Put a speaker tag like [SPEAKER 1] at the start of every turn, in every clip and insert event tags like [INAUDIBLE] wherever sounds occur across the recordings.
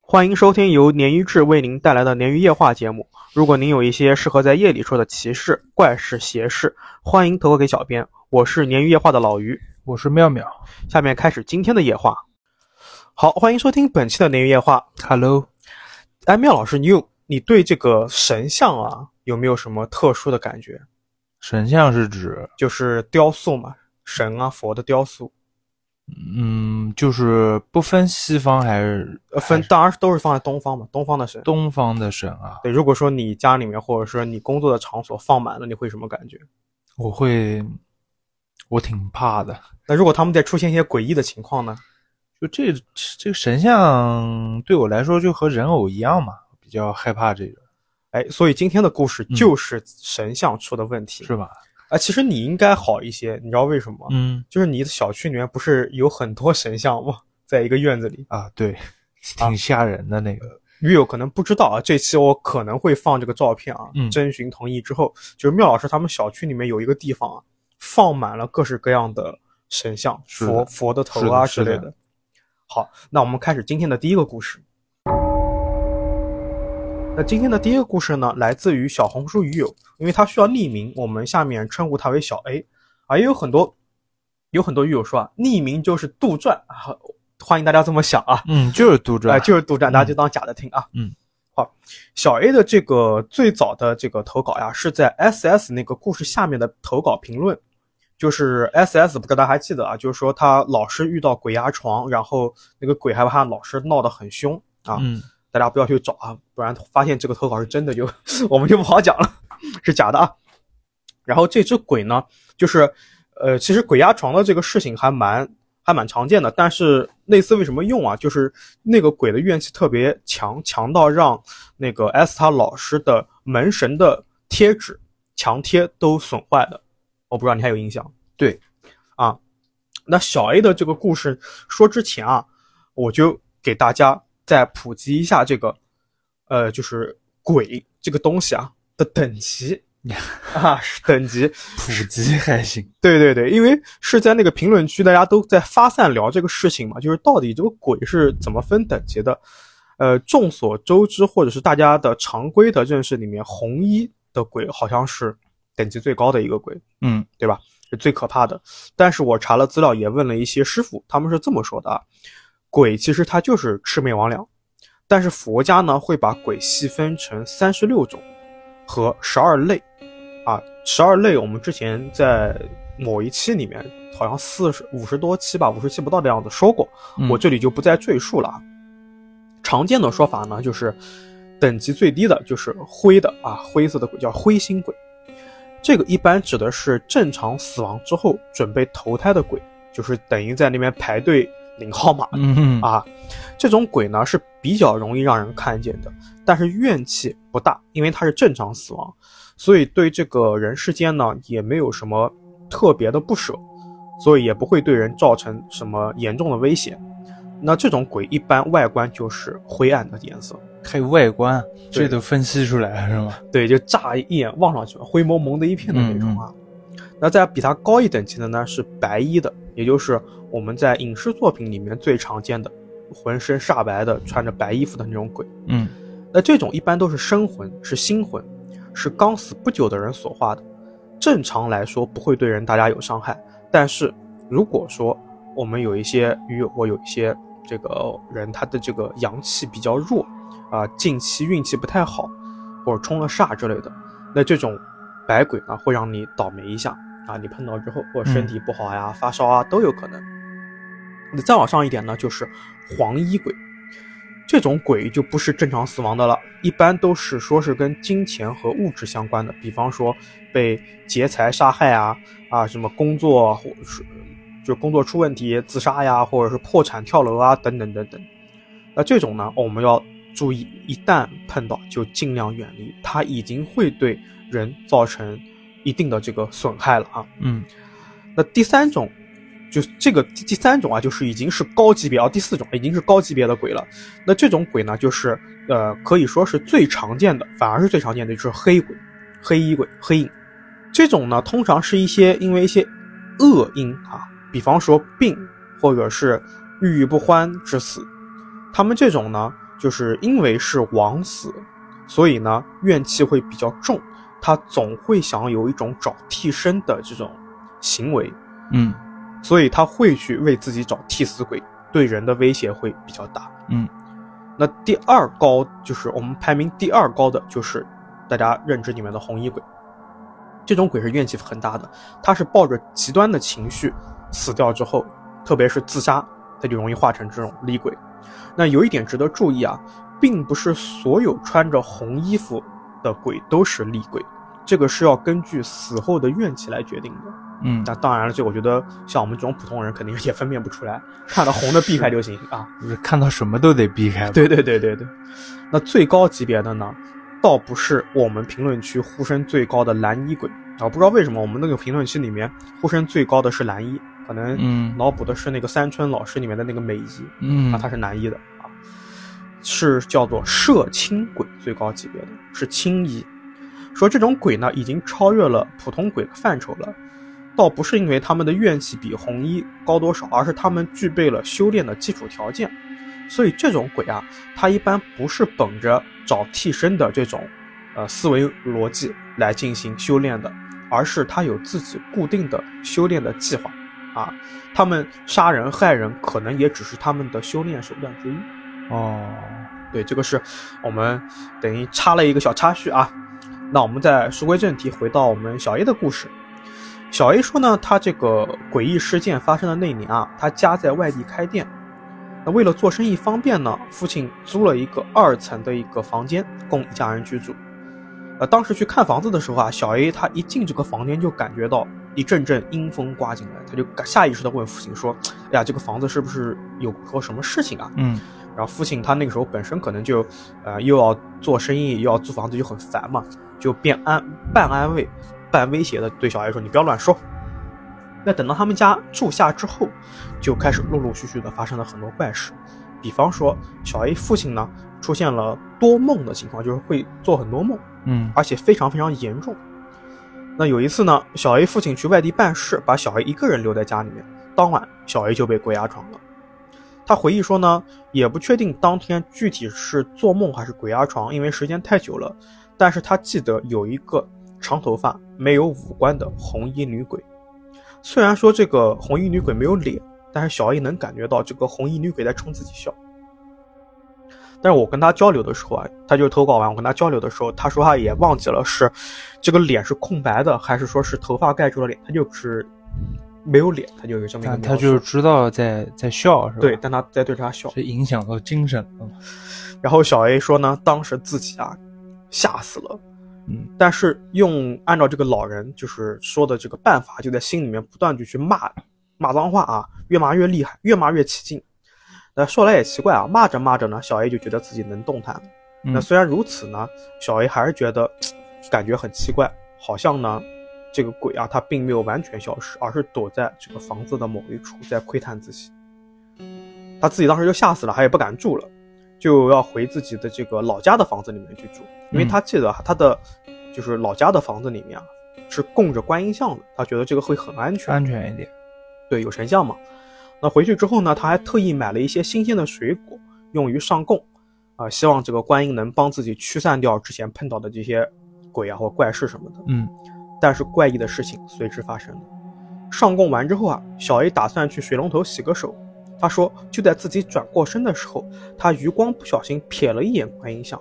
[SPEAKER 1] 欢迎收听由鲶鱼志为您带来的鲶鱼夜话节目。如果您有一些适合在夜里说的奇事、怪事、邪事，欢迎投稿给小编。我是鲶鱼夜话的老于，
[SPEAKER 2] 我是妙妙。
[SPEAKER 1] 下面开始今天的夜话。好，欢迎收听本期的鲶鱼夜话。
[SPEAKER 2] Hello，
[SPEAKER 1] 哎，妙老师，你有你对这个神像啊有没有什么特殊的感觉？
[SPEAKER 2] 神像是指，
[SPEAKER 1] 就是雕塑嘛，神啊佛的雕塑，
[SPEAKER 2] 嗯，就是不分西方还是
[SPEAKER 1] 呃，分当然都是放在东方嘛，东方的神。
[SPEAKER 2] 东方的神啊，
[SPEAKER 1] 对，如果说你家里面或者说你工作的场所放满了，你会什么感觉？
[SPEAKER 2] 我会，我挺怕的。
[SPEAKER 1] 那如果他们再出现一些诡异的情况呢？
[SPEAKER 2] 就这这个神像对我来说就和人偶一样嘛，比较害怕这个，
[SPEAKER 1] 哎，所以今天的故事
[SPEAKER 2] 嗯
[SPEAKER 1] 就是神像出的问题。
[SPEAKER 2] 是吧？
[SPEAKER 1] 啊，其实你应该好一些，你知道为什么？
[SPEAKER 2] 嗯
[SPEAKER 1] 就是你的小区里面不是有很多神像吗？在一个院子里，
[SPEAKER 2] 啊，对， [LAUGHS] 挺吓人的那个。
[SPEAKER 1] 驴友可能不知道啊，这期我可能会放这个照片啊。
[SPEAKER 2] 嗯
[SPEAKER 1] 征询同意之后，就是妙老师他们小区里面有一个地方啊，放满了各式各样的神像，
[SPEAKER 2] 是的
[SPEAKER 1] 佛佛的头啊
[SPEAKER 2] 是
[SPEAKER 1] 之
[SPEAKER 2] 的
[SPEAKER 1] 类
[SPEAKER 2] 是的
[SPEAKER 1] 的。好，那我们开始今天的第一个故事。那今天的第一个故事呢，来自于小红书鱼友，因为他需要匿名，我们下面称呼他为小 A 啊，也有很多有很多鱼友说啊，匿名就是杜撰啊，欢迎大家这么想啊，
[SPEAKER 2] 嗯，就是杜
[SPEAKER 1] 啊、
[SPEAKER 2] 撰，
[SPEAKER 1] 就是独占，大家
[SPEAKER 2] 嗯
[SPEAKER 1] 就当假的听啊。
[SPEAKER 2] 嗯，
[SPEAKER 1] 好，小 A 的这个最早的这个投稿呀，是在 SS 那个故事下面的投稿评论，就是 SS 不知道大家还记得啊，就是说他老是遇到鬼压床，然后那个鬼还把他老师闹得很凶啊。
[SPEAKER 2] 嗯，
[SPEAKER 1] 大家不要去找啊，不然发现这个投稿是真的就 [LAUGHS] 我们就不好讲了， [LAUGHS] 是假的啊。然后这只鬼呢，就是呃，其实鬼压床的这个事情还蛮还蛮常见的，但是类似为什么用啊？就是那个鬼的怨气特别强，强到让那个 S 他老师的门神的贴纸墙贴都损坏了，我不知道你还有印象？
[SPEAKER 2] 对，
[SPEAKER 1] 啊，那小 A 的这个故事说之前啊，我就给大家再普及一下这个，呃，就是鬼这个东西啊的等级啊，是等级。
[SPEAKER 2] 普及还行。
[SPEAKER 1] 对对对，因为是在那个评论区，大家都在发散聊这个事情嘛，就是到底这个鬼是怎么分等级的。呃，众所周知，或者是大家的常规的认识里面，红衣的鬼好像是等级最高的一个鬼。
[SPEAKER 2] 嗯
[SPEAKER 1] 对吧？是最可怕的。但是我查了资料，也问了一些师傅，他们是这么说的啊：鬼其实它就是魑魅魍魉，但是佛家呢会把鬼细分成三十六种和十二类啊。十二类我们之前在某一期里面，好像四十五十多期吧，五十期不到的样子说过，
[SPEAKER 2] 嗯
[SPEAKER 1] 我这里就不再赘述了。啊。常见的说法呢，就是等级最低的就是灰的啊，灰色的鬼叫灰心鬼。这个一般指的是正常死亡之后准备投胎的鬼，就是等于在那边排队领号码的
[SPEAKER 2] 嗯
[SPEAKER 1] 啊。这种鬼呢是比较容易让人看见的，但是怨气不大，因为它是正常死亡，所以对这个人世间呢也没有什么特别的不舍，所以也不会对人造成什么严重的威胁。那这种鬼一般外观就是灰暗的颜色，
[SPEAKER 2] 还有外观，
[SPEAKER 1] 对
[SPEAKER 2] 这都分析出来了是吗？
[SPEAKER 1] 对，就乍一眼望上去灰蒙蒙的一片的那种啊。那再比它高一等级的呢是白衣的，也就是我们在影视作品里面最常见的，浑身煞白的穿着白衣服的那种鬼。
[SPEAKER 2] 嗯
[SPEAKER 1] 那这种一般都是生魂，是心魂，是刚死不久的人所化的。正常来说不会对人大家有伤害，但是如果说我们有一些鱼友或有一些这个人，他的这个阳气比较弱，啊、近期运气不太好，或者冲了煞之类的，那这种白鬼呢会让你倒霉一下啊，你碰到之后或者身体不好呀、发烧啊都有可能。那再往上一点呢，就是黄衣鬼，这种鬼就不是正常死亡的了，一般都是说是跟金钱和物质相关的，比方说被劫财杀害啊啊，什么工作或是就工作出问题自杀呀，或者是破产跳楼啊等等等等。那这种呢，我们要注意，一旦碰到就尽量远离，它已经会对人造成一定的这个损害了啊。
[SPEAKER 2] 嗯
[SPEAKER 1] 那第三种，就是这个第第三种啊，就是已经是高级别啊，第四种已经是高级别的鬼了。那这种鬼呢，就是呃，可以说是最常见的，反而是最常见的就是黑鬼、黑衣鬼、黑影。这种呢，通常是一些因为一些恶因啊，比方说病，或者是郁郁不欢致死。他们这种呢，就是因为是枉死，所以呢怨气会比较重，他总会想有一种找替身的这种行为，
[SPEAKER 2] 嗯
[SPEAKER 1] 所以他会去为自己找替死鬼，对人的威胁会比较大。
[SPEAKER 2] 嗯，
[SPEAKER 1] 那第二高就是我们排名第二高的就是大家认知里面的红衣鬼，这种鬼是怨气很大的，他是抱着极端的情绪死掉之后，特别是自杀，他就容易化成这种厉鬼。那有一点值得注意啊，并不是所有穿着红衣服的鬼都是厉鬼，这个是要根据死后的怨气来决定的。
[SPEAKER 2] 嗯，
[SPEAKER 1] 那当然了，这我觉得像我们这种普通人肯定 [LAUGHS] 也分辨不出来，看到红的避开就行啊。 [LAUGHS]
[SPEAKER 2] 就是看到什么都得避开吧。
[SPEAKER 1] 对对对对对，那最高级别的呢，倒不是我们评论区呼声最高的蓝衣鬼啊，不知道为什么我们那个评论区里面呼声最高的是蓝衣，可能
[SPEAKER 2] 嗯
[SPEAKER 1] 脑补的是那个三春老师里面的那个美姨
[SPEAKER 2] 嗯
[SPEAKER 1] 啊，她是男一的啊，是叫做社青鬼，最高级别的是青衣。说这种鬼呢，已经超越了普通鬼的范畴了，倒不是因为他们的怨气比红衣高多少，而是他们具备了修炼的基础条件。所以这种鬼啊，他一般不是本着找替身的这种呃思维逻辑来进行修炼的，而是他有自己固定的修炼的计划啊。他们杀人害人可能也只是他们的修炼手段之一。
[SPEAKER 2] 哦，
[SPEAKER 1] 对，这个是我们等于插了一个小插叙啊。那我们再书归正题，回到我们小 A 的故事。小 A 说呢，他这个诡异事件发生的那年啊，他家在外地开店，那为了做生意方便呢，父亲租了一个二层的一个房间供一家人居住。呃，当时去看房子的时候啊，小 A 他一进这个房间就感觉到一阵阵阴风刮进来，他就下意识的问父亲说：“哎呀，这个房子是不是有说什么事情啊？”
[SPEAKER 2] 嗯
[SPEAKER 1] 然后父亲他那个时候本身可能就，呃，又要做生意，又要租房子，就很烦嘛，就变安半安慰、半威胁的对小 A 说：“你不要乱说。”那等到他们家住下之后，就开始陆陆续续的发生了很多怪事，比方说小 A 父亲呢出现了多梦的情况，就是会做很多梦，
[SPEAKER 2] 嗯
[SPEAKER 1] 而且非常非常严重。那有一次呢，小 A 父亲去外地办事，把小 A 一个人留在家里面。当晚，小 A 就被鬼压床了。他回忆说呢，也不确定当天具体是做梦还是鬼压床，因为时间太久了。但是他记得有一个长头发、没有五官的红衣女鬼。虽然说这个红衣女鬼没有脸，但是小 A 能感觉到这个红衣女鬼在冲自己笑。但是我跟他交流的时候啊，他就投稿完，我跟他交流的时候，他说他也忘记了是这个脸是空白的，还是说是头发盖住了脸，他就只没有脸，他就有这么一个
[SPEAKER 2] 但
[SPEAKER 1] 描
[SPEAKER 2] 他就
[SPEAKER 1] 述
[SPEAKER 2] 是知道在在笑是吧？
[SPEAKER 1] 对，，但他在对着他笑。
[SPEAKER 2] 这影响到精神了嘛。
[SPEAKER 1] 然后小 A 说呢，当时自己啊吓死了，
[SPEAKER 2] 嗯，
[SPEAKER 1] 但是用按照这个老人就是说的这个办法，就在心里面不断就去骂骂脏话啊，越骂越厉害，越骂越起劲。那说来也奇怪啊，骂着骂着呢，小 A 就觉得自己能动弹了。那
[SPEAKER 2] 嗯
[SPEAKER 1] 虽然如此呢，小 A 还是觉得嘖感觉很奇怪，好像呢这个鬼啊，它并没有完全消失，而是躲在这个房子的某一处在窥探自己。他自己当时就吓死了，他也不敢住了，就要回自己的这个老家的房子里面去住，因为他记得啊他的就是老家的房子里面啊是供着观音像的，他觉得这个会很安全。
[SPEAKER 2] 安全一点。
[SPEAKER 1] 对，有神像嘛。那回去之后呢，他还特意买了一些新鲜的水果用于上供，啊、希望这个观音能帮自己驱散掉之前碰到的这些鬼啊或怪事什么的。
[SPEAKER 2] 嗯
[SPEAKER 1] 但是怪异的事情随之发生了。上供完之后啊，小 A 打算去水龙头洗个手。他说，就在自己转过身的时候，他余光不小心瞥了一眼观音像，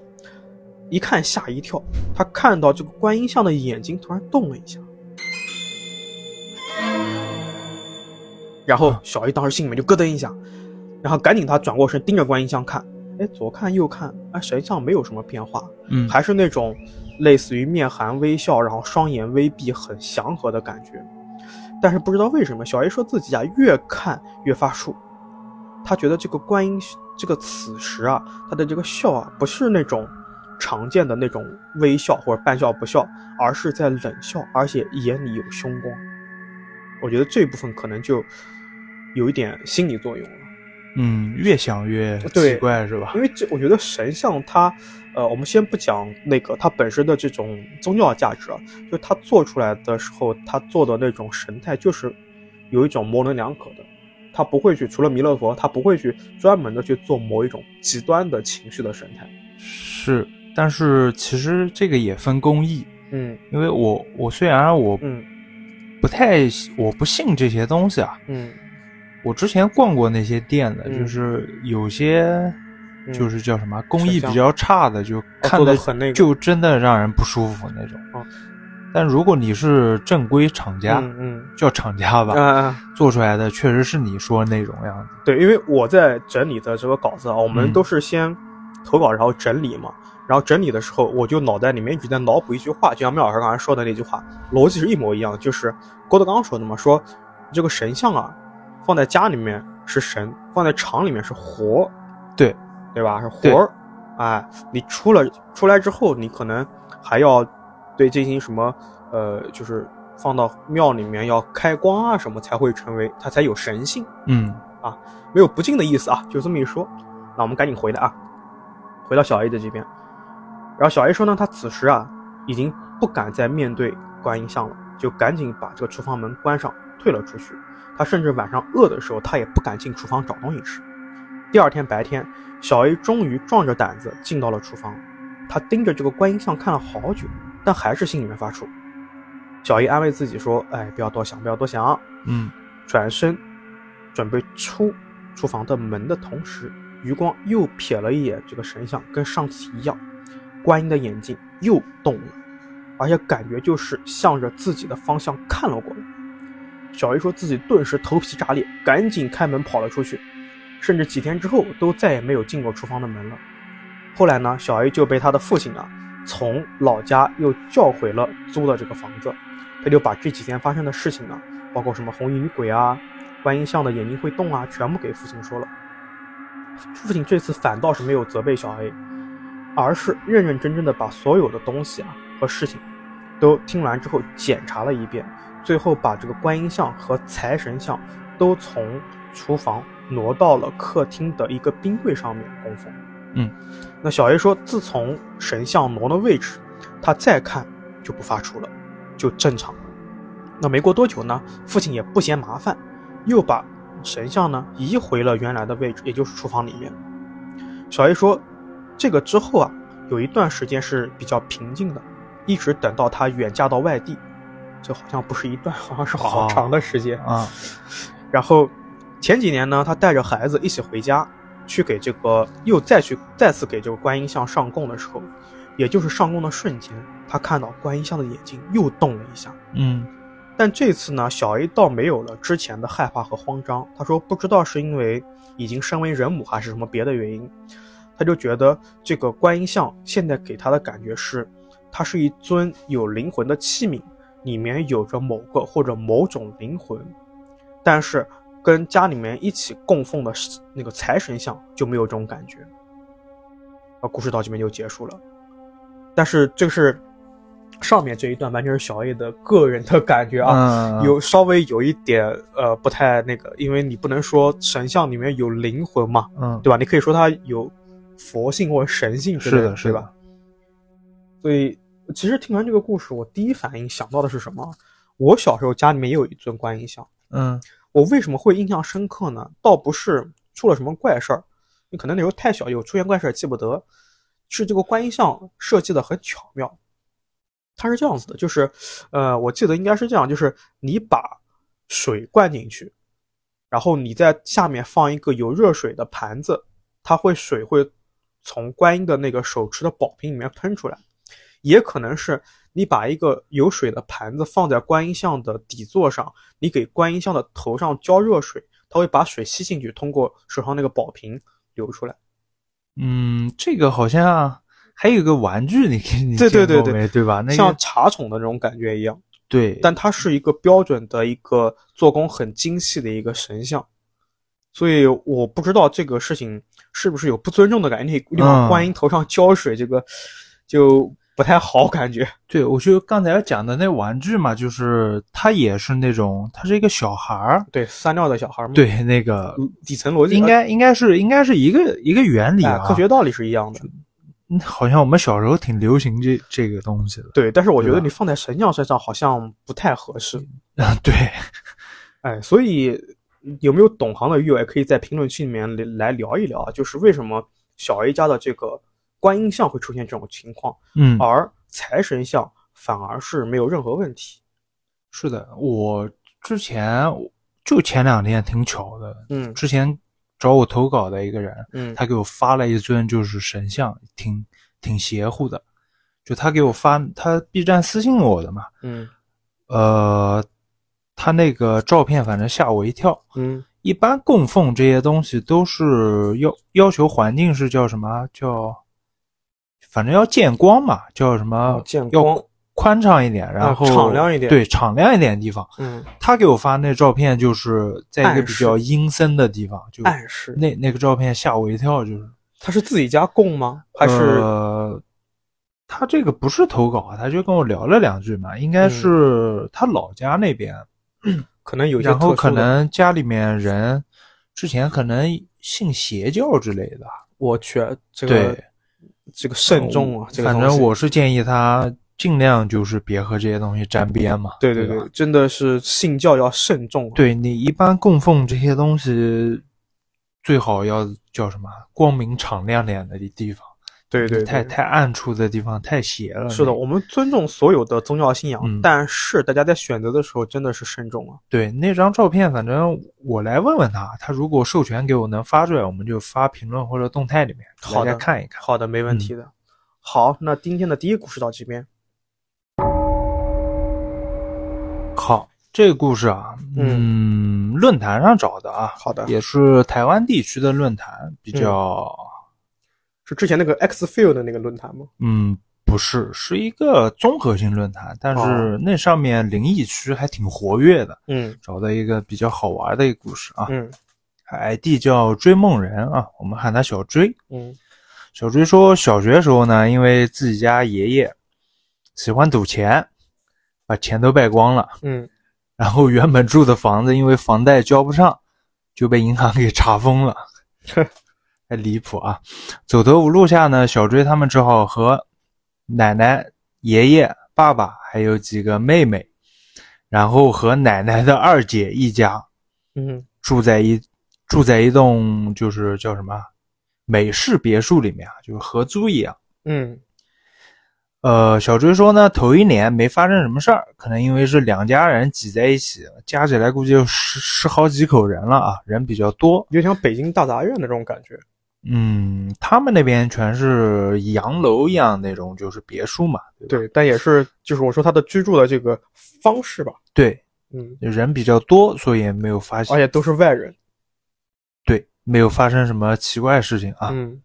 [SPEAKER 1] 一看吓一跳，他看到这个观音像的眼睛突然动了一下，然后小 A 当时心里面就咯噔一下，然后赶紧他转过身盯着观音像看，哎，左看右看，哎，神像没有什么变化，
[SPEAKER 2] 嗯，
[SPEAKER 1] 还是那种类似于面含微笑，然后双眼微闭，很祥和的感觉。但是不知道为什么，小 A 说自己啊越看越发怵，他觉得这个观音这个此时啊，他的这个笑啊，不是那种常见的那种微笑或者半笑不笑，而是在冷笑，而且眼里有凶光。我觉得这部分可能就有一点心理作用了。
[SPEAKER 2] 嗯，越想越
[SPEAKER 1] 对
[SPEAKER 2] 奇怪是吧
[SPEAKER 1] 因？为这我觉得神像它，呃，我们先不讲那个它本身的这种宗教价值啊，就它做出来的时候，它做的那种神态就是有一种模棱两可的，他不会去除了弥勒佛，他不会去专门的去做某一种极端的情绪的神态。
[SPEAKER 2] 是，但是其实这个也分工艺，
[SPEAKER 1] 嗯
[SPEAKER 2] 因为我我虽然我
[SPEAKER 1] 嗯
[SPEAKER 2] 不太我不信这些东西啊，
[SPEAKER 1] 嗯，
[SPEAKER 2] 我之前逛过那些店的，
[SPEAKER 1] 嗯
[SPEAKER 2] 就是有些
[SPEAKER 1] 嗯
[SPEAKER 2] 就是叫什么工艺
[SPEAKER 1] 像
[SPEAKER 2] 比较差的，就看
[SPEAKER 1] 做
[SPEAKER 2] 的
[SPEAKER 1] 得很那个
[SPEAKER 2] 就真的让人不舒服那种。
[SPEAKER 1] 哦
[SPEAKER 2] 但如果你是正规厂家，
[SPEAKER 1] 嗯嗯
[SPEAKER 2] 叫厂家吧，
[SPEAKER 1] 啊啊，
[SPEAKER 2] 做出来的确实是你说那种样子。
[SPEAKER 1] 对，因为我在整理的这个稿子啊，我们
[SPEAKER 2] 嗯
[SPEAKER 1] 都是先投稿，然后整理嘛。然后整理的时候，我就脑袋里面一直在脑补一句话，就像妙老师刚才说的那句话，逻辑是一模一样的，就是郭德纲说的嘛，说这个神像啊，放在家里面是神，放在厂里面是活，
[SPEAKER 2] 对，
[SPEAKER 1] 对吧？是
[SPEAKER 2] 对
[SPEAKER 1] 活儿，哎，你出了出来之后，你可能还要对进行什么呃，就是放到庙里面要开光啊什么，才会成为它才有神性，
[SPEAKER 2] 嗯，
[SPEAKER 1] 没有不敬的意思啊，就这么一说。那我们赶紧回来啊，回到小 A 的这边。然后小 A 说呢，他此时啊已经不敢再面对观音像了，就赶紧把这个厨房门关上，退了出去。他甚至晚上饿的时候，他也不敢进厨房找东西吃。第二天白天，小 A 终于壮着胆子进到了厨房，他盯着这个观音像看了好久，但还是心里面发怵。小 A 安慰自己说：“哎，不要多想，不要多想。”啊
[SPEAKER 2] 嗯，
[SPEAKER 1] 转身准备出厨房的门的同时，余光又瞥了一眼这个神像，跟上次一样，观音的眼睛又动了，而且感觉就是向着自己的方向看了过来。小 A 说自己顿时头皮炸裂，赶紧开门跑了出去，甚至几天之后都再也没有进过厨房的门了。后来呢，小 A 就被他的父亲啊从老家又叫回了租的这个房子，他就把这几天发生的事情啊包括什么红衣女鬼啊、观音像的眼睛会动啊，全部给父亲说了。父亲这次反倒是没有责备小 A，而是认认真真的把所有的东西啊和事情都听完之后检查了一遍，最后把这个观音像和财神像都从厨房挪到了客厅的一个冰柜上面供奉。
[SPEAKER 2] 嗯，
[SPEAKER 1] 那小 A 说，自从神像挪了位置，他再看就不发怵了，就正常了。那没过多久呢，父亲也不嫌麻烦，又把神像呢移回了原来的位置，也就是厨房里面。小 A 说，这个之后啊，有一段时间是比较平静的，一直等到他远嫁到外地，这好像不是一段， [LAUGHS] 好像是好
[SPEAKER 2] 哦
[SPEAKER 1] 长的时间。
[SPEAKER 2] 啊，
[SPEAKER 1] 然后前几年呢，他带着孩子一起回家，去给这个又再去再次给这个观音像上供的时候，也就是上供的瞬间，他看到观音像的眼睛又动了一下。
[SPEAKER 2] 嗯
[SPEAKER 1] 但这次呢，小 A 倒没有了之前的害怕和慌张。他说不知道是因为已经身为人母还是什么别的原因，他就觉得这个观音像现在给他的感觉是，它是一尊有灵魂的器皿，里面有着某个或者某种灵魂，但是跟家里面一起供奉的那个财神像就没有这种感觉。啊，故事到这边就结束了。但是这是上面这一段完全是小 A 的个人的感觉啊，
[SPEAKER 2] 啊
[SPEAKER 1] 有稍微有一点呃不太那个，因为你不能说神像里面有灵魂嘛，
[SPEAKER 2] 嗯，
[SPEAKER 1] 对吧？你可以说它有佛性或者神性之类
[SPEAKER 2] 是的是
[SPEAKER 1] 对
[SPEAKER 2] 的
[SPEAKER 1] 吧？所以其实听完这个故事，我第一反应想到的是什么？我小时候家里面也有一尊观音像，
[SPEAKER 2] 嗯
[SPEAKER 1] 我为什么会印象深刻呢？倒不是出了什么怪事儿，你可能那时候太小，有出现怪事儿也记不得，是这个观音像设计的很巧妙。它是这样子的，就是，呃，我记得应该是这样，就是你把水灌进去，然后你在下面放一个有热水的盘子，它会水会从观音的那个手持的宝瓶里面喷出来，也可能是你把一个有水的盘子放在观音像的底座上，你给观音像的头上浇热水，它会把水吸进去，通过手上那个宝瓶流出来。
[SPEAKER 2] 嗯，这个好像还有一个玩具，你给你
[SPEAKER 1] 对对
[SPEAKER 2] 见
[SPEAKER 1] 对
[SPEAKER 2] 过
[SPEAKER 1] 对
[SPEAKER 2] 没对吧？那
[SPEAKER 1] 像
[SPEAKER 2] 个
[SPEAKER 1] 茶宠的那种感觉一样，
[SPEAKER 2] 对，
[SPEAKER 1] 但它是一个标准的一个做工很精细的一个神像，所以我不知道这个事情是不是有不尊重的感觉。你你往
[SPEAKER 2] 嗯
[SPEAKER 1] 观音头上浇水，这个就不太好感觉。
[SPEAKER 2] 对，我就刚才讲的那玩具嘛，就是它也是那种，它是一个小孩儿，
[SPEAKER 1] 对，撒尿的小孩嘛，
[SPEAKER 2] 对，那个
[SPEAKER 1] 嗯，底层逻辑
[SPEAKER 2] 应该应该是应该是一个一个原理
[SPEAKER 1] 哎
[SPEAKER 2] 啊，
[SPEAKER 1] 科学道理是一样的。
[SPEAKER 2] 嗯好像我们小时候挺流行这这个东西的
[SPEAKER 1] 对，但是我觉
[SPEAKER 2] 对
[SPEAKER 1] 得
[SPEAKER 2] 吧
[SPEAKER 1] 你放在神像身上好像不太合适。
[SPEAKER 2] 啊，对，
[SPEAKER 1] 哎，所以有没有懂行的鱼友也可以在评论区里面来来聊一聊啊，就是为什么小 A 家的这个观音像会出现这种情况，
[SPEAKER 2] 嗯，
[SPEAKER 1] 而财神像反而是没有任何问题。
[SPEAKER 2] 是的，我之前就前两天挺巧的，
[SPEAKER 1] 嗯
[SPEAKER 2] 之前找我投稿的一个人，
[SPEAKER 1] 嗯
[SPEAKER 2] 他给我发了一尊就是神像，挺挺邪乎的，就他给我发，他 B 站私信我的嘛，
[SPEAKER 1] 嗯
[SPEAKER 2] 呃，他那个照片反正吓我一跳。
[SPEAKER 1] 嗯
[SPEAKER 2] 一般供奉这些东西都是要要求环境是叫什么叫，反正要见光嘛，叫什么
[SPEAKER 1] 哦见光啊
[SPEAKER 2] 要宽敞一点，然后
[SPEAKER 1] 敞亮一点
[SPEAKER 2] 对，敞亮一点的地方。
[SPEAKER 1] 嗯，
[SPEAKER 2] 他给我发那照片就是在一个
[SPEAKER 1] 暗
[SPEAKER 2] 比
[SPEAKER 1] 示
[SPEAKER 2] 较阴森的地方，就
[SPEAKER 1] 暗示
[SPEAKER 2] 那那个照片吓我一跳，就是
[SPEAKER 1] 他是自己家供吗？还是
[SPEAKER 2] 呃，他这个不是投稿啊，他就跟我聊了两句嘛，
[SPEAKER 1] 嗯
[SPEAKER 2] 应该是他老家那边，
[SPEAKER 1] 可能有一些
[SPEAKER 2] 然后
[SPEAKER 1] 特
[SPEAKER 2] 可
[SPEAKER 1] 殊的？
[SPEAKER 2] 能家里面人之前可能信邪教之类的，
[SPEAKER 1] 我去，这个
[SPEAKER 2] 对，嗯
[SPEAKER 1] 这个慎重啊，这个
[SPEAKER 2] 反
[SPEAKER 1] 东
[SPEAKER 2] 正
[SPEAKER 1] 西
[SPEAKER 2] 我是建议他尽量就是别和这些东西沾边嘛。
[SPEAKER 1] 对
[SPEAKER 2] 对
[SPEAKER 1] 对
[SPEAKER 2] 吧
[SPEAKER 1] 对，真的是信教要慎重啊。
[SPEAKER 2] 对你一般供奉这些东西，最好要叫什么光明敞亮点的地方，
[SPEAKER 1] 对对对，
[SPEAKER 2] 太太暗处的地方太邪了。
[SPEAKER 1] 是的，
[SPEAKER 2] 那
[SPEAKER 1] 我们尊重所有的宗教信仰，
[SPEAKER 2] 呃嗯
[SPEAKER 1] 但是大家在选择的时候真的是慎重啊。
[SPEAKER 2] 对那张照片，反正我来问问他，他如果授权给我能发出来，我们就发评论或者动态里面，
[SPEAKER 1] 好的
[SPEAKER 2] 大家看一嗯看。
[SPEAKER 1] 好的，没问题的。好，那今天的第一故事到这边。
[SPEAKER 2] 好，这个故事啊，嗯，论坛上找的啊，
[SPEAKER 1] 好的，
[SPEAKER 2] 也是台湾地区的论坛，比较，
[SPEAKER 1] 是之前那个 X Field 的那个论坛吗？
[SPEAKER 2] 嗯不是，是一个综合性论坛，但是
[SPEAKER 1] 哦
[SPEAKER 2] 那上面灵异区还挺活跃的。
[SPEAKER 1] 嗯
[SPEAKER 2] 找到一个比较好玩的一个故事啊、
[SPEAKER 1] 嗯
[SPEAKER 2] i d 叫追梦人啊，我们喊他小追。
[SPEAKER 1] 嗯
[SPEAKER 2] 小追说，小学时候呢，因为自己家爷爷喜欢赌钱，把钱都败光了。
[SPEAKER 1] 嗯，
[SPEAKER 2] 然后原本住的房子因为房贷交不上，就被银行给查封了，太离谱啊！走投无路下呢，小追他们只好和奶奶、爷爷、爸爸还有几个妹妹，然后和奶奶的二姐一家
[SPEAKER 1] 嗯
[SPEAKER 2] 住在一住在一栋就是叫什么美式别墅里面啊，就是合租一样。
[SPEAKER 1] 嗯
[SPEAKER 2] 呃，小追说呢，头一年没发生什么事儿，可能因为是两家人挤在一起，加起来估计有十十好几口人了啊，人比较多。
[SPEAKER 1] 有点像北京大杂院的这种感觉。
[SPEAKER 2] 嗯，他们那边全是洋楼一样那种，就是别墅嘛，对吧？
[SPEAKER 1] 对，但也是就是我说他的居住的这个方式吧。
[SPEAKER 2] 对
[SPEAKER 1] 嗯，
[SPEAKER 2] 人比较多，所以也没有发
[SPEAKER 1] 而
[SPEAKER 2] 现，
[SPEAKER 1] 且都是外人。
[SPEAKER 2] 对，没有发生什么奇怪事情啊。
[SPEAKER 1] 嗯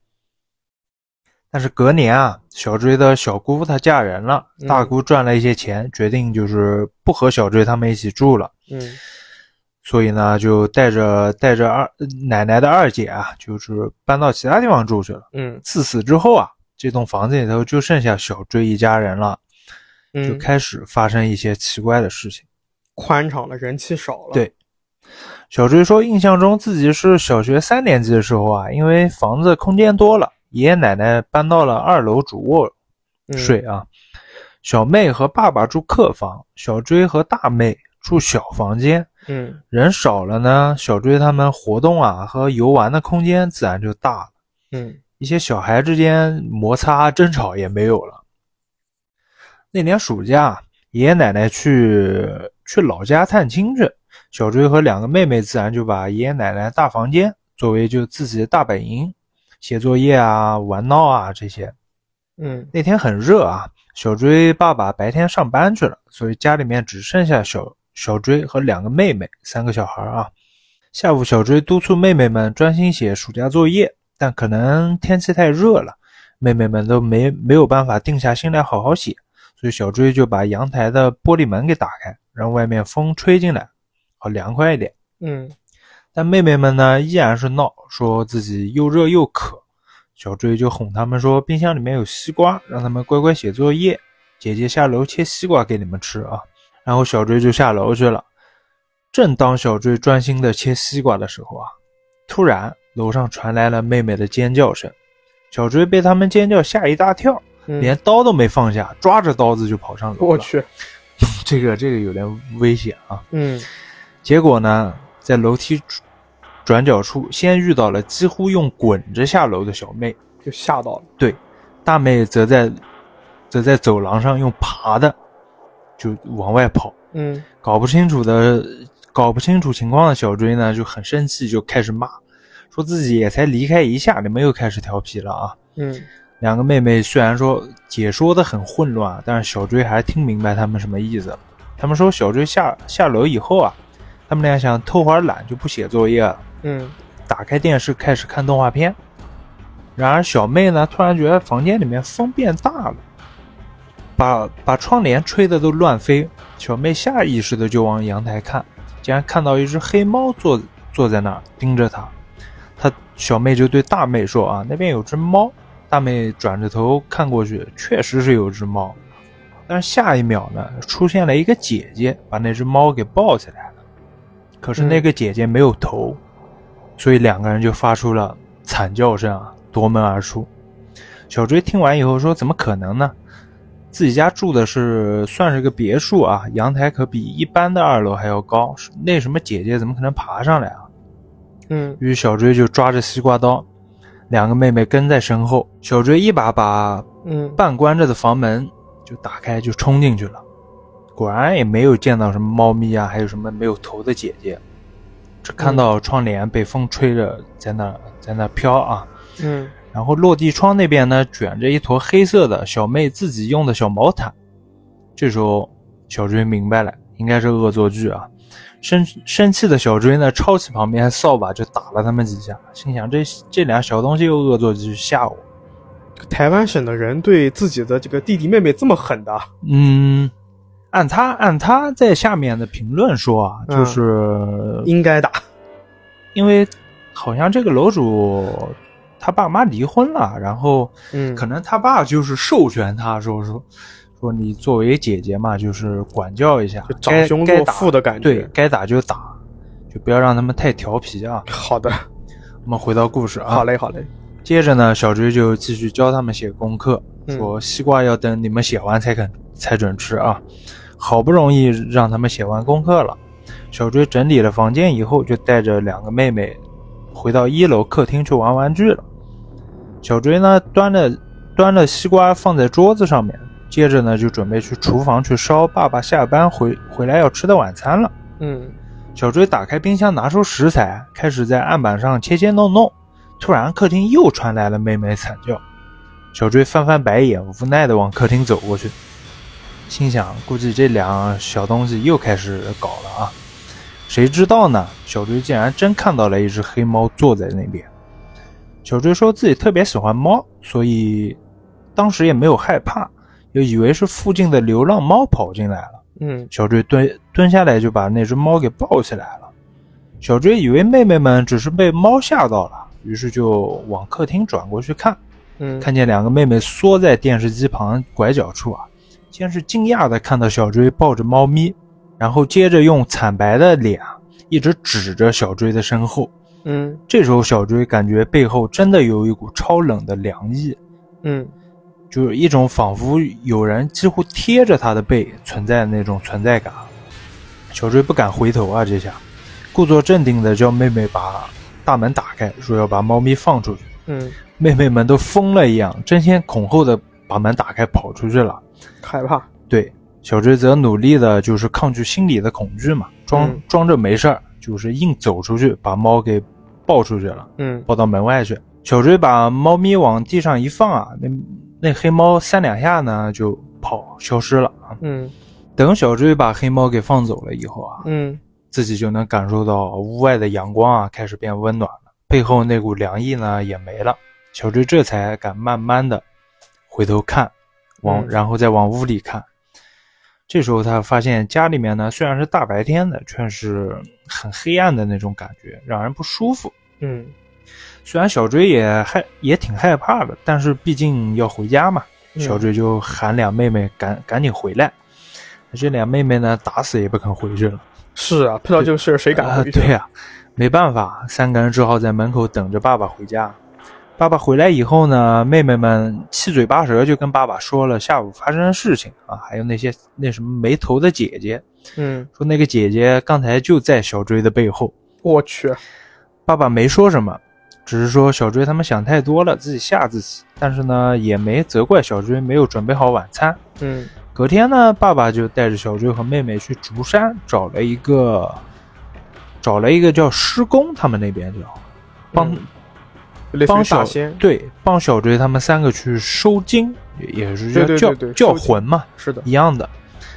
[SPEAKER 2] 但是隔年啊，小追的小姑她嫁人了，
[SPEAKER 1] 嗯
[SPEAKER 2] 大姑赚了一些钱，决定就是不和小追他们一起住了。
[SPEAKER 1] 嗯
[SPEAKER 2] 所以呢，就带着带着二奶奶的二姐啊，就是搬到其他地方住去了。
[SPEAKER 1] 嗯
[SPEAKER 2] 自此之后啊，这栋房子里头就剩下小追一家人了，就
[SPEAKER 1] 嗯，
[SPEAKER 2] 开始发生一些奇怪的事情。
[SPEAKER 1] 宽敞了，人气少了。
[SPEAKER 2] 对小追说，印象中自己是小学三年级的时候啊，因为房子空间多了，爷爷奶奶搬到了二楼主卧
[SPEAKER 1] 嗯
[SPEAKER 2] 睡啊，小妹和爸爸住客房，小追和大妹住小房间。
[SPEAKER 1] 嗯
[SPEAKER 2] 人少了呢，小追他们活动啊和游玩的空间自然就大了，
[SPEAKER 1] 嗯
[SPEAKER 2] 一些小孩之间摩擦争吵也没有了。那年暑假，啊爷爷奶奶去去老家探亲去，小追和两个妹妹自然就把爷爷奶奶大房间作为就自己的大本营，写作业啊、玩闹啊这些。
[SPEAKER 1] 嗯
[SPEAKER 2] 那天很热啊，小追爸爸白天上班去了，所以家里面只剩下小小追和两个妹妹，三个小孩啊。下午，小追督促妹妹们专心写暑假作业，但可能天气太热了，妹妹们都没没有办法定下心来好好写，所以小追就把阳台的玻璃门给打开，让外面风吹进来，好凉快一点。
[SPEAKER 1] 嗯
[SPEAKER 2] 但妹妹们呢依然是闹，说自己又热又渴。小追就哄他们说，冰箱里面有西瓜，让他们乖乖写作业。姐姐下楼切西瓜给你们吃啊。然后小追就下楼去了。正当小追专心的切西瓜的时候啊，突然楼上传来了妹妹的尖叫声。小追被他们尖叫吓一大跳，
[SPEAKER 1] 嗯，
[SPEAKER 2] 连刀都没放下，抓着刀子就跑上楼了。
[SPEAKER 1] 我，去，
[SPEAKER 2] 这个这个有点危险啊！
[SPEAKER 1] 嗯
[SPEAKER 2] 结果呢，在楼梯转角处，先遇到了几乎用滚着下楼的小妹，
[SPEAKER 1] 就吓到了。
[SPEAKER 2] 大妹则在则在走廊上用爬的就往外跑。
[SPEAKER 1] 嗯
[SPEAKER 2] 搞不清楚的搞不清楚情况的小追呢就很生气，就开始骂，说自己也才离开一下，你们又开始调皮了啊！
[SPEAKER 1] 嗯
[SPEAKER 2] 两个妹妹虽然说解说的很混乱，但是小追还听明白他们什么意思。他们说小追下下楼以后啊，他们俩想偷会儿懒，就不写作业了，
[SPEAKER 1] 嗯
[SPEAKER 2] 打开电视开始看动画片。然而小妹呢，突然觉得房间里面风变大了，把把窗帘吹得都乱飞。小妹下意识的就往阳台看，竟然看到一只黑猫坐坐在那儿盯着她。她小妹就对大妹说：“啊，那边有只猫。”大妹转着头看过去，确实是有只猫。但是下一秒呢，出现了一个姐姐，把那只猫给抱起来了。可是那个姐姐没有头，所以两个人就发出了惨叫声啊，夺门而出。小追听完以后说：“怎么可能呢？自己家住的是算是个别墅啊，阳台可比一般的二楼还要高，那什么姐姐怎么可能爬上来啊？”
[SPEAKER 1] 嗯
[SPEAKER 2] 于是小追就抓着西瓜刀，两个妹妹跟在身后，小追一把把
[SPEAKER 1] 嗯，
[SPEAKER 2] 半关着的房门就打开，就冲进去了。果然也没有见到什么猫咪啊，还有什么没有头的姐姐，只看到窗帘被风吹着在那在那飘啊。
[SPEAKER 1] 嗯
[SPEAKER 2] 然后落地窗那边呢，卷着一坨黑色的小妹自己用的小毛毯。这时候，小追明白了，应该是恶作剧啊！生生气的小追呢，抄起旁边扫把就打了他们几下，心想这这俩小东西又恶作剧吓我。
[SPEAKER 1] 台湾省的人对自己的这个弟弟妹妹这么狠的，啊
[SPEAKER 2] 嗯，按他按他在下面的评论说啊，
[SPEAKER 1] 嗯
[SPEAKER 2] 就是、
[SPEAKER 1] 应该打。
[SPEAKER 2] 因为好像这个楼主他爸妈离婚了，然后
[SPEAKER 1] 嗯
[SPEAKER 2] 可能他爸就是授权他说说说你作为姐姐嘛，就是管教一下，
[SPEAKER 1] 就
[SPEAKER 2] 该
[SPEAKER 1] 长兄
[SPEAKER 2] 该
[SPEAKER 1] 若
[SPEAKER 2] 打
[SPEAKER 1] 父的感觉。
[SPEAKER 2] 对，该打就打，就不要让他们太调皮啊。
[SPEAKER 1] 好的，
[SPEAKER 2] 我们回到故事啊，
[SPEAKER 1] 好嘞，好嘞。
[SPEAKER 2] 接着呢，小追就继续教他们写功课，
[SPEAKER 1] 嗯
[SPEAKER 2] 说西瓜要等你们写完才肯才准吃啊。好不容易让他们写完功课了，小追整理了房间以后，就带着两个妹妹回到一楼客厅去玩玩具了。小追呢，端着端着西瓜放在桌子上面，接着呢就准备去厨房去烧爸爸下班回回来要吃的晚餐了。
[SPEAKER 1] 嗯
[SPEAKER 2] 小追打开冰箱，拿出食材，开始在案板上切切弄弄。突然，客厅又传来了妹妹惨叫。小追翻翻白眼，无奈地往客厅走过去，心想：估计这俩小东西又开始搞了啊！谁知道呢？小追竟然真看到了一只黑猫坐在那边。小追说自己特别喜欢猫，所以当时也没有害怕，也以为是附近的流浪猫跑进来了。
[SPEAKER 1] 嗯
[SPEAKER 2] 小追蹲蹲下来就把那只猫给抱起来了。小追以为妹妹们只是被猫吓到了，于是就往客厅转过去看，
[SPEAKER 1] 嗯，
[SPEAKER 2] 看见两个妹妹缩在电视机旁拐角处啊，先是惊讶的看到小追抱着猫咪，然后接着用惨白的脸啊一直指着小追的身后。
[SPEAKER 1] 嗯
[SPEAKER 2] 这时候，小追感觉背后真的有一股超冷的凉意，
[SPEAKER 1] 嗯
[SPEAKER 2] 就是一种仿佛有人几乎贴着他的背存在的那种存在感。小追不敢回头啊，这下故作镇定的叫妹妹把大门打开，说要把猫咪放出去。
[SPEAKER 1] 嗯，
[SPEAKER 2] 妹妹们都疯了一样，争先恐后的把门打开跑出去了。
[SPEAKER 1] 害怕。
[SPEAKER 2] 对，小追则努力的就是抗拒心里的恐惧嘛，装、
[SPEAKER 1] 嗯
[SPEAKER 2] 装着没事儿，就是硬走出去把猫给抱出去了。
[SPEAKER 1] 嗯
[SPEAKER 2] 抱到门外去。小追把猫咪往地上一放啊，那那黑猫三两下呢就跑消失了啊。
[SPEAKER 1] 嗯
[SPEAKER 2] 等小追把黑猫给放走了以后啊，
[SPEAKER 1] 嗯
[SPEAKER 2] 自己就能感受到屋外的阳光啊开始变温暖了，背后那股凉意呢也没了。小追这才敢慢慢的回头看，往、
[SPEAKER 1] 嗯
[SPEAKER 2] 然后再往屋里看。这时候他发现家里面呢虽然是大白天的，却是很黑暗的那种感觉，让人不舒服。
[SPEAKER 1] 嗯
[SPEAKER 2] 虽然小追也害也挺害怕的，但是毕竟要回家嘛，
[SPEAKER 1] 嗯
[SPEAKER 2] 小追就喊俩妹妹赶赶紧回来。这俩妹妹呢，打死也不肯回去了。
[SPEAKER 1] 是啊，碰到这个事儿谁敢
[SPEAKER 2] 啊
[SPEAKER 1] 回去？
[SPEAKER 2] 对呀、没办法，三个人只好在门口等着爸爸回家。爸爸回来以后呢，妹妹们七嘴八舌就跟爸爸说了下午发生的事情啊，还有那些那什么没头的姐姐，
[SPEAKER 1] 嗯，
[SPEAKER 2] 说那个姐姐刚才就在小追的背后，
[SPEAKER 1] 我去，
[SPEAKER 2] 爸爸没说什么，只是说小追他们想太多了，自己吓自己。但是呢，也没责怪小追没有准备好晚餐。
[SPEAKER 1] 嗯
[SPEAKER 2] 隔天呢，爸爸就带着小追和妹妹去竹山找了一个，找了一个叫施工，他们那边叫帮、
[SPEAKER 1] 嗯类似
[SPEAKER 2] 帮
[SPEAKER 1] 于大
[SPEAKER 2] 小
[SPEAKER 1] 仙，
[SPEAKER 2] 对帮小追他们三个去收金，也也是叫
[SPEAKER 1] 对对
[SPEAKER 2] 叫
[SPEAKER 1] 对对
[SPEAKER 2] 叫
[SPEAKER 1] 收金
[SPEAKER 2] 魂嘛，
[SPEAKER 1] 是的，
[SPEAKER 2] 一样的，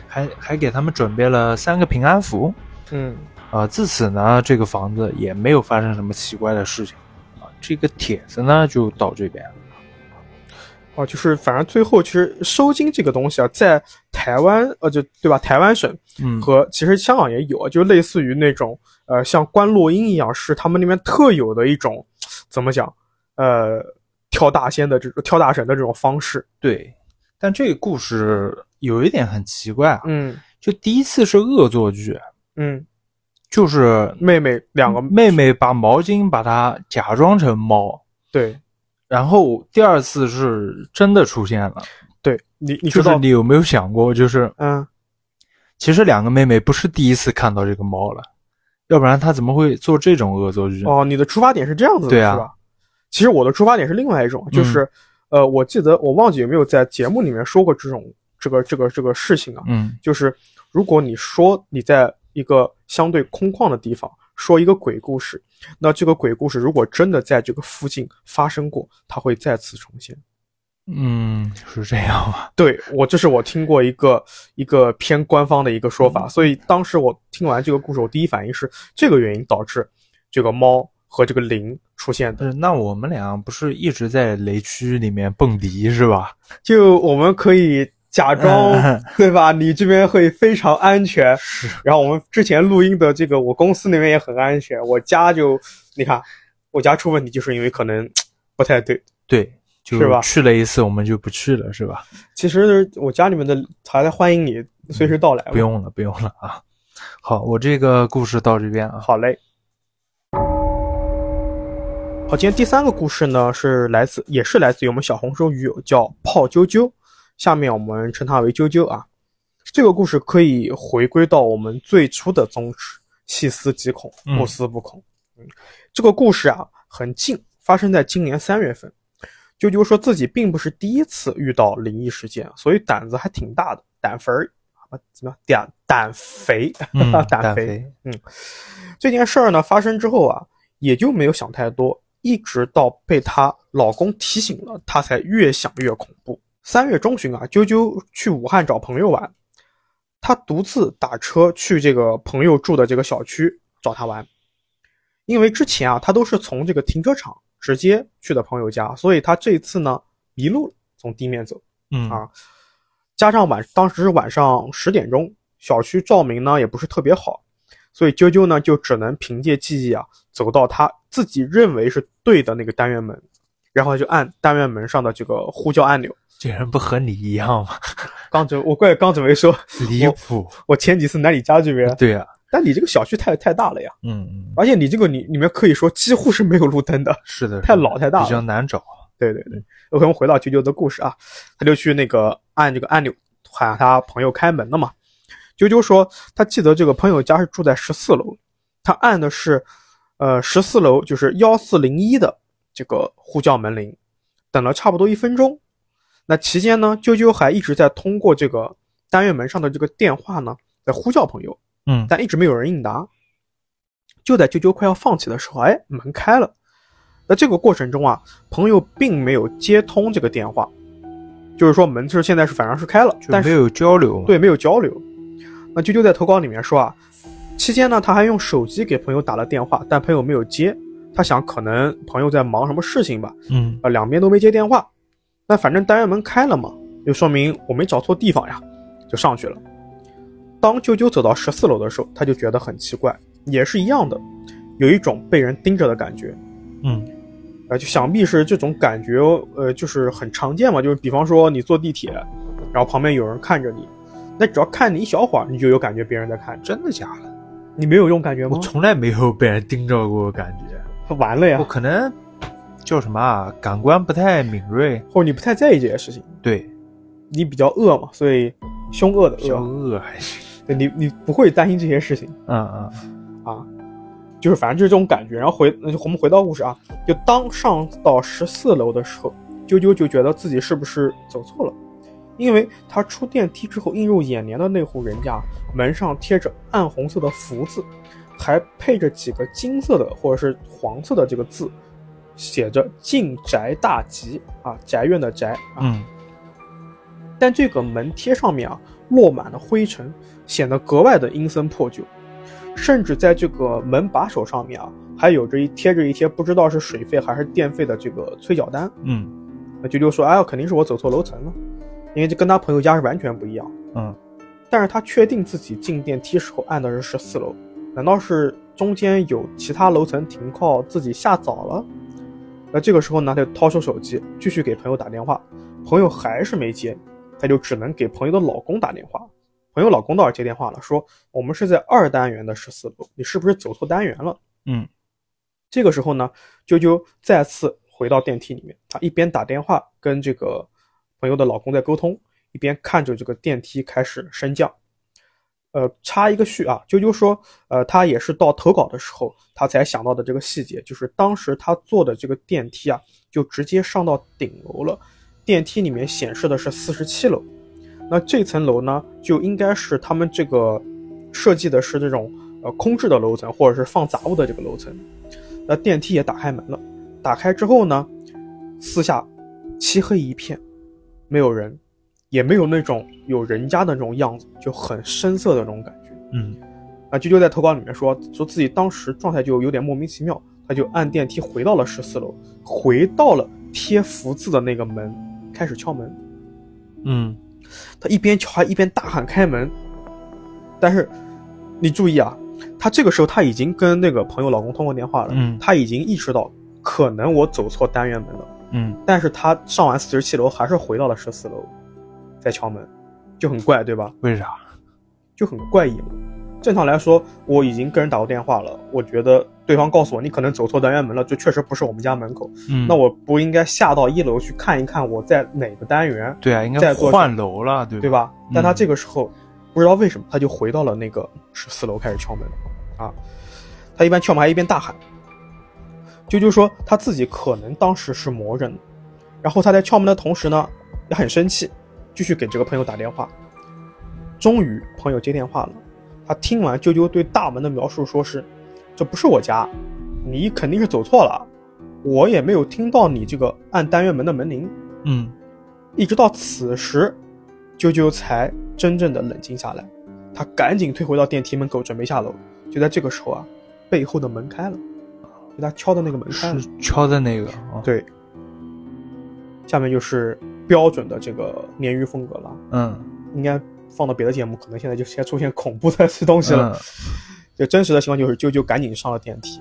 [SPEAKER 2] 还还给他们准备了三个平安符。
[SPEAKER 1] 嗯
[SPEAKER 2] 啊，自此呢，这个房子也没有发生什么奇怪的事情啊。这个帖子呢，就到这边了。
[SPEAKER 1] 哦，就是反正最后其实收金这个东西啊，在台湾呃就对吧，台湾省
[SPEAKER 2] 嗯，
[SPEAKER 1] 和其实香港也有，啊就类似于那种呃像观落阴一样，是他们那边特有的一种怎么讲呃跳大仙的这种跳大神的这种方式。
[SPEAKER 2] 对。但这个故事有一点很奇怪啊，
[SPEAKER 1] 嗯
[SPEAKER 2] 就第一次是恶作剧，
[SPEAKER 1] 嗯，
[SPEAKER 2] 就是
[SPEAKER 1] 妹妹两个
[SPEAKER 2] 妹妹把毛巾把它假装成猫，
[SPEAKER 1] 对
[SPEAKER 2] 然后第二次是真的出现了。
[SPEAKER 1] 对，你你知
[SPEAKER 2] 就是
[SPEAKER 1] 道
[SPEAKER 2] 你有没有想过，就是
[SPEAKER 1] 嗯
[SPEAKER 2] 其实两个妹妹不是第一次看到这个猫了，要不然她怎么会做这种恶作剧呢？
[SPEAKER 1] 哦，你的出发点是这样子的，
[SPEAKER 2] 对啊嗯
[SPEAKER 1] 是吧？其实我的出发点是另外一种，就是、呃，我记得我忘记有没有在节目里面说过这种这个这个这个事情啊，
[SPEAKER 2] 嗯
[SPEAKER 1] 就是如果你说你在一个相对空旷的地方说一个鬼故事，那这个鬼故事如果真的在这个附近发生过，它会再次重现。
[SPEAKER 2] 嗯，是这样啊。
[SPEAKER 1] 对我，这是我听过一个一个偏官方的一个说法，所以当时我听完这个故事，我第一反应是这个原因导致这个猫和这个灵出现的。
[SPEAKER 2] 不是，呃那我们俩不是一直在雷区里面蹦迪是吧？
[SPEAKER 1] 就我们可以假装
[SPEAKER 2] 嗯，
[SPEAKER 1] 对吧？你这边会非常安全。
[SPEAKER 2] 是，
[SPEAKER 1] 然后我们之前录音的这个，我公司那边也很安全，我家就你看，我家出问题就是因为可能不太对。
[SPEAKER 2] 对，就是
[SPEAKER 1] 吧
[SPEAKER 2] 去了一次，我们就不去了是吧？
[SPEAKER 1] 其实我家里面的还在欢迎你随时到来。
[SPEAKER 2] 不，用了，不用了啊。好，我这个故事到这边
[SPEAKER 1] [LAUGHS]
[SPEAKER 2] 啊。
[SPEAKER 1] 好嘞。好，今天第三个故事呢是来自，也是来自于我们小红书鱼友叫泡啾啾，下面我们称它为啾啾啊。这个故事可以回归到我们最初的宗旨：细思极恐，
[SPEAKER 2] 嗯
[SPEAKER 1] 莫思不恐。嗯这个故事啊很近，发生在今年三月份。啾啾说自己并不是第一次遇到灵异事件，所以胆子还挺大的，胆肥儿啊，怎么样？胆胆肥，
[SPEAKER 2] 嗯
[SPEAKER 1] 胆
[SPEAKER 2] 胆
[SPEAKER 1] 肥。这件事儿呢发生之后啊，也就没有想太多，一直到被她老公提醒了，她才越想越恐怖。三月中旬啊，啾啾去武汉找朋友玩，她独自打车去这个朋友住的这个小区找他玩，因为之前啊，她都是从这个停车场直接去的朋友家，所以她这次呢迷路了，从地面走。
[SPEAKER 2] 嗯
[SPEAKER 1] 啊加上晚当时是晚上十点钟，小区照明呢也不是特别好，所以啾啾呢就只能凭借记忆啊走到他自己认为是对的那个单元门，然后就按单元门上的这个呼叫按钮。
[SPEAKER 2] 这人不和你一样吗？
[SPEAKER 1] [LAUGHS] 刚准我怪刚准备说，
[SPEAKER 2] 离谱。
[SPEAKER 1] 我前几次来你家这边，
[SPEAKER 2] 对啊，
[SPEAKER 1] 但你这个小区太太大了呀，
[SPEAKER 2] 嗯嗯，
[SPEAKER 1] 而且你这个你你们可以说几乎是没有路灯的。
[SPEAKER 2] 是的，
[SPEAKER 1] 太
[SPEAKER 2] 是的
[SPEAKER 1] 老太大了
[SPEAKER 2] 比较难找。
[SPEAKER 1] 对对对，我们回到啾啾的故事啊，他就去那个按这个按钮喊他朋友开门了嘛。啾啾说，他记得这个朋友家是住在十四楼，他按的是呃十四楼就是幺四零一的这个呼叫门铃，等了差不多一分钟。那期间呢，啾啾还一直在通过这个单元门上的这个电话呢，在呼叫朋友。
[SPEAKER 2] 嗯
[SPEAKER 1] 但一直没有人应答。就在啾啾快要放弃的时候，哎，门开了。在这个过程中啊，朋友并没有接通这个电话，就是说门是现在是反正是开了，
[SPEAKER 2] 就
[SPEAKER 1] 但
[SPEAKER 2] 没
[SPEAKER 1] 是
[SPEAKER 2] 有交流嘛。
[SPEAKER 1] 对没有交流。那啾啾在投稿里面说啊，期间呢他还用手机给朋友打了电话，但朋友没有接。他想可能朋友在忙什么事情吧，
[SPEAKER 2] 嗯
[SPEAKER 1] 呃，两边都没接电话。那反正单元门开了嘛，就说明我没找错地方呀，就上去了。当啾啾走到十四楼的时候，他就觉得很奇怪，也是一样的，有一种被人盯着的感觉。
[SPEAKER 2] 嗯
[SPEAKER 1] 呃，就想必是这种感觉，呃，就是很常见嘛，就是比方说你坐地铁，然后旁边有人看着你，那只要看你一小会儿，你就有感觉别人在看你，
[SPEAKER 2] 真的假的？
[SPEAKER 1] 你没有这种感觉吗
[SPEAKER 2] 我？从来没有被人盯着过，感觉
[SPEAKER 1] 完了呀
[SPEAKER 2] 我，可能叫什么啊？感官不太敏锐。
[SPEAKER 1] 或者你不太在意这些事情，
[SPEAKER 2] 对，
[SPEAKER 1] 你比较饿嘛，所以凶恶的
[SPEAKER 2] 比较
[SPEAKER 1] 饿，
[SPEAKER 2] 饿还行。
[SPEAKER 1] 对你你不会担心这些事情。
[SPEAKER 2] 嗯嗯
[SPEAKER 1] 啊，就是反正就是这种感觉。然后回那就我们回到故事啊，就当上到十四楼的时候，啾啾就觉得自己是不是走错了，因为他出电梯之后映入眼帘的那户人家门上贴着暗红色的福字，还配着几个金色的或者是黄色的这个字，写着“进宅大吉”啊，宅院的宅啊。
[SPEAKER 2] 嗯，
[SPEAKER 1] 但这个门贴上面啊落满了灰尘，显得格外的阴森破旧，甚至在这个门把手上面啊还有着一贴着一贴不知道是水费还是电费的这个催缴单。
[SPEAKER 2] 嗯，
[SPEAKER 1] 那啾啾说：“哎呀，肯定是我走错楼层了，因为这跟他朋友家是完全不一样。”
[SPEAKER 2] 嗯，
[SPEAKER 1] 但是他确定自己进电梯时候按的是十四楼，难道是中间有其他楼层停靠，自己下早了？那这个时候呢，他就掏出手机，继续给朋友打电话，朋友还是没接，他就只能给朋友的老公打电话。朋友老公倒是接电话了，说我们是在二单元的十四楼，你是不是走错单元了？
[SPEAKER 2] 嗯，
[SPEAKER 1] 这个时候呢，啾啾再次回到电梯里面，她一边打电话跟这个朋友的老公在沟通，一边看着这个电梯开始升降。呃，插一个序啊，啾啾说，呃，她也是到投稿的时候，她才想到的这个细节，就是当时她坐的这个电梯啊，就直接上到顶楼了，电梯里面显示的是四十七楼，那这层楼呢，就应该是他们这个设计的是这种呃空置的楼层，或者是放杂物的这个楼层。那电梯也打开门了，打开之后呢，四下漆黑一片，没有人，也没有那种有人家的那种样子，就很深色的那种感觉。
[SPEAKER 2] 嗯，
[SPEAKER 1] 啊，啾啾在投稿里面说，说自己当时状态就有点莫名其妙，他就按电梯回到了十四楼，回到了贴福字的那个门，开始敲门。
[SPEAKER 2] 嗯，
[SPEAKER 1] 他一边敲还一边大喊开门。但是你注意啊，他这个时候他已经跟那个朋友老公通过电话了，
[SPEAKER 2] 嗯
[SPEAKER 1] 他已经意识到可能我走错单元门了，
[SPEAKER 2] 嗯，
[SPEAKER 1] 但是他上完四十七楼还是回到了十四楼，在敲门，就很怪对吧？
[SPEAKER 2] 为啥？
[SPEAKER 1] 就很怪异嘛。正常来说，我已经跟人打过电话了，我觉得对方告诉我你可能走错单元门了，这确实不是我们家门口，
[SPEAKER 2] 嗯，
[SPEAKER 1] 那我不应该下到一楼去看一看我在哪个单元，
[SPEAKER 2] 对啊，应
[SPEAKER 1] 再
[SPEAKER 2] 该
[SPEAKER 1] 做
[SPEAKER 2] 换楼了，对
[SPEAKER 1] 对
[SPEAKER 2] 吧？嗯
[SPEAKER 1] 吧？但他这个时候、不知道为什么，他就回到了那个十四楼开始敲门啊。他一边敲门还一边大喊，啾啾说他自己可能当时是魔人，然后他在敲门的同时呢，也很生气，继续给这个朋友打电话。终于，朋友接电话了，他听完啾啾对大门的描述，说是这不是我家，你肯定是走错了，我也没有听到你这个按单元门的门铃。
[SPEAKER 2] 嗯，
[SPEAKER 1] 一直到此时，啾啾才真正的冷静下来。他赶紧退回到电梯门口，准备下楼。就在这个时候啊，背后的门开了，就他敲的那个门开了
[SPEAKER 2] 是。敲的那个啊，
[SPEAKER 1] 对，下面就是标准的这个鲶鱼风格了。
[SPEAKER 2] 嗯，
[SPEAKER 1] 应该放到别的节目，可能现在就先出现恐怖的东西了。
[SPEAKER 2] 嗯
[SPEAKER 1] 就真实的情况就是，啾啾赶紧上了电梯，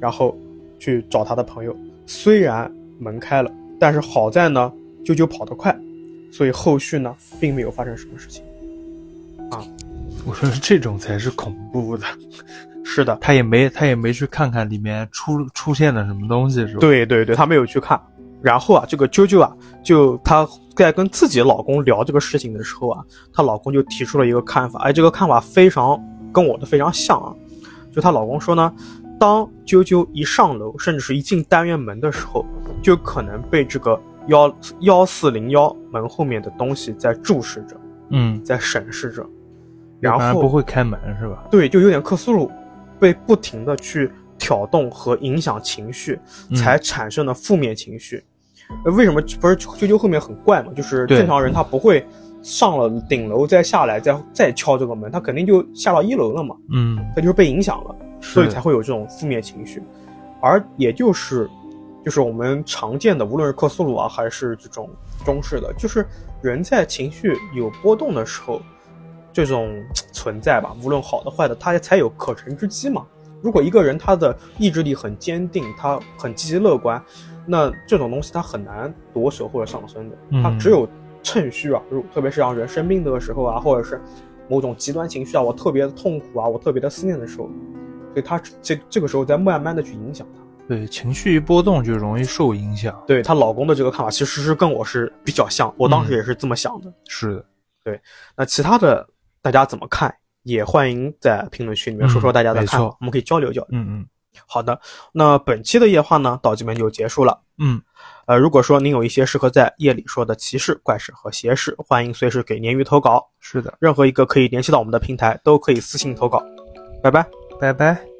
[SPEAKER 1] 然后去找他的朋友。虽然门开了，但是好在呢，啾啾跑得快，所以后续呢并没有发生什么事情。
[SPEAKER 2] 我说这种才是恐怖的，
[SPEAKER 1] 是的，
[SPEAKER 2] 他也没他也没去看看里面出出现了什么东西，是吧？，
[SPEAKER 1] 对对对，他没有去看。然后啊，这个啾啾啊，就她在跟自己老公聊这个事情的时候啊，她老公就提出了一个看法，哎，这个看法非常跟我的非常像啊。就她老公说呢，当啾啾一上楼，甚至是一进单元门的时候，就可能被这个幺幺四零幺门后面的东西在注视着，
[SPEAKER 2] 嗯，
[SPEAKER 1] 在审视着，
[SPEAKER 2] 要
[SPEAKER 1] 然
[SPEAKER 2] 不然
[SPEAKER 1] 后
[SPEAKER 2] 不会开门是吧？
[SPEAKER 1] 对，就有点克苏鲁，被不停的去挑动和影响情绪，
[SPEAKER 2] 嗯
[SPEAKER 1] 才产生了负面情绪。呃为什么不是啾啾后面很怪嘛？就是
[SPEAKER 2] 对
[SPEAKER 1] 正常人他不会上了顶楼再下来再再敲这个门，他肯定就下到一楼了嘛，
[SPEAKER 2] 嗯，
[SPEAKER 1] 他就是被影响了，所以
[SPEAKER 2] 是
[SPEAKER 1] 才会有这种负面情绪。而也就是就是我们常见的，无论是克苏鲁啊，还是这种中式的，就是人在情绪有波动的时候，这种存在吧，无论好的坏的，它才有可乘之机嘛。如果一个人他的意志力很坚定，他很积极乐观，那这种东西他很难夺舍或者上升的。
[SPEAKER 2] 嗯
[SPEAKER 1] 他只有趁虚而入，特别是让人生病的时候啊，或者是某种极端情绪啊，我特别痛苦啊，我特别的思念的时候，所以他这这个时候再慢慢的去影响他。
[SPEAKER 2] 对，情绪一波动就容易受影响，
[SPEAKER 1] 对她老公的这个看法，其实是跟我是嗯比较像，我当时也是这么想的。
[SPEAKER 2] 是的，
[SPEAKER 1] 那其他的大家怎么看？也欢迎在评论区里面说说大家的
[SPEAKER 2] 嗯没
[SPEAKER 1] 看法，
[SPEAKER 2] 错
[SPEAKER 1] 我们可以交流交流。
[SPEAKER 2] 嗯嗯
[SPEAKER 1] 好的，那本期的夜话呢，到这边就结束了。
[SPEAKER 2] 嗯，
[SPEAKER 1] 呃，如果说您有一些适合在夜里说的奇事、怪事和邪事，欢迎随时给鲶鱼投稿，
[SPEAKER 2] 是的，
[SPEAKER 1] 任何一个可以联系到我们的平台都可以私信投稿。拜拜。
[SPEAKER 2] 拜拜。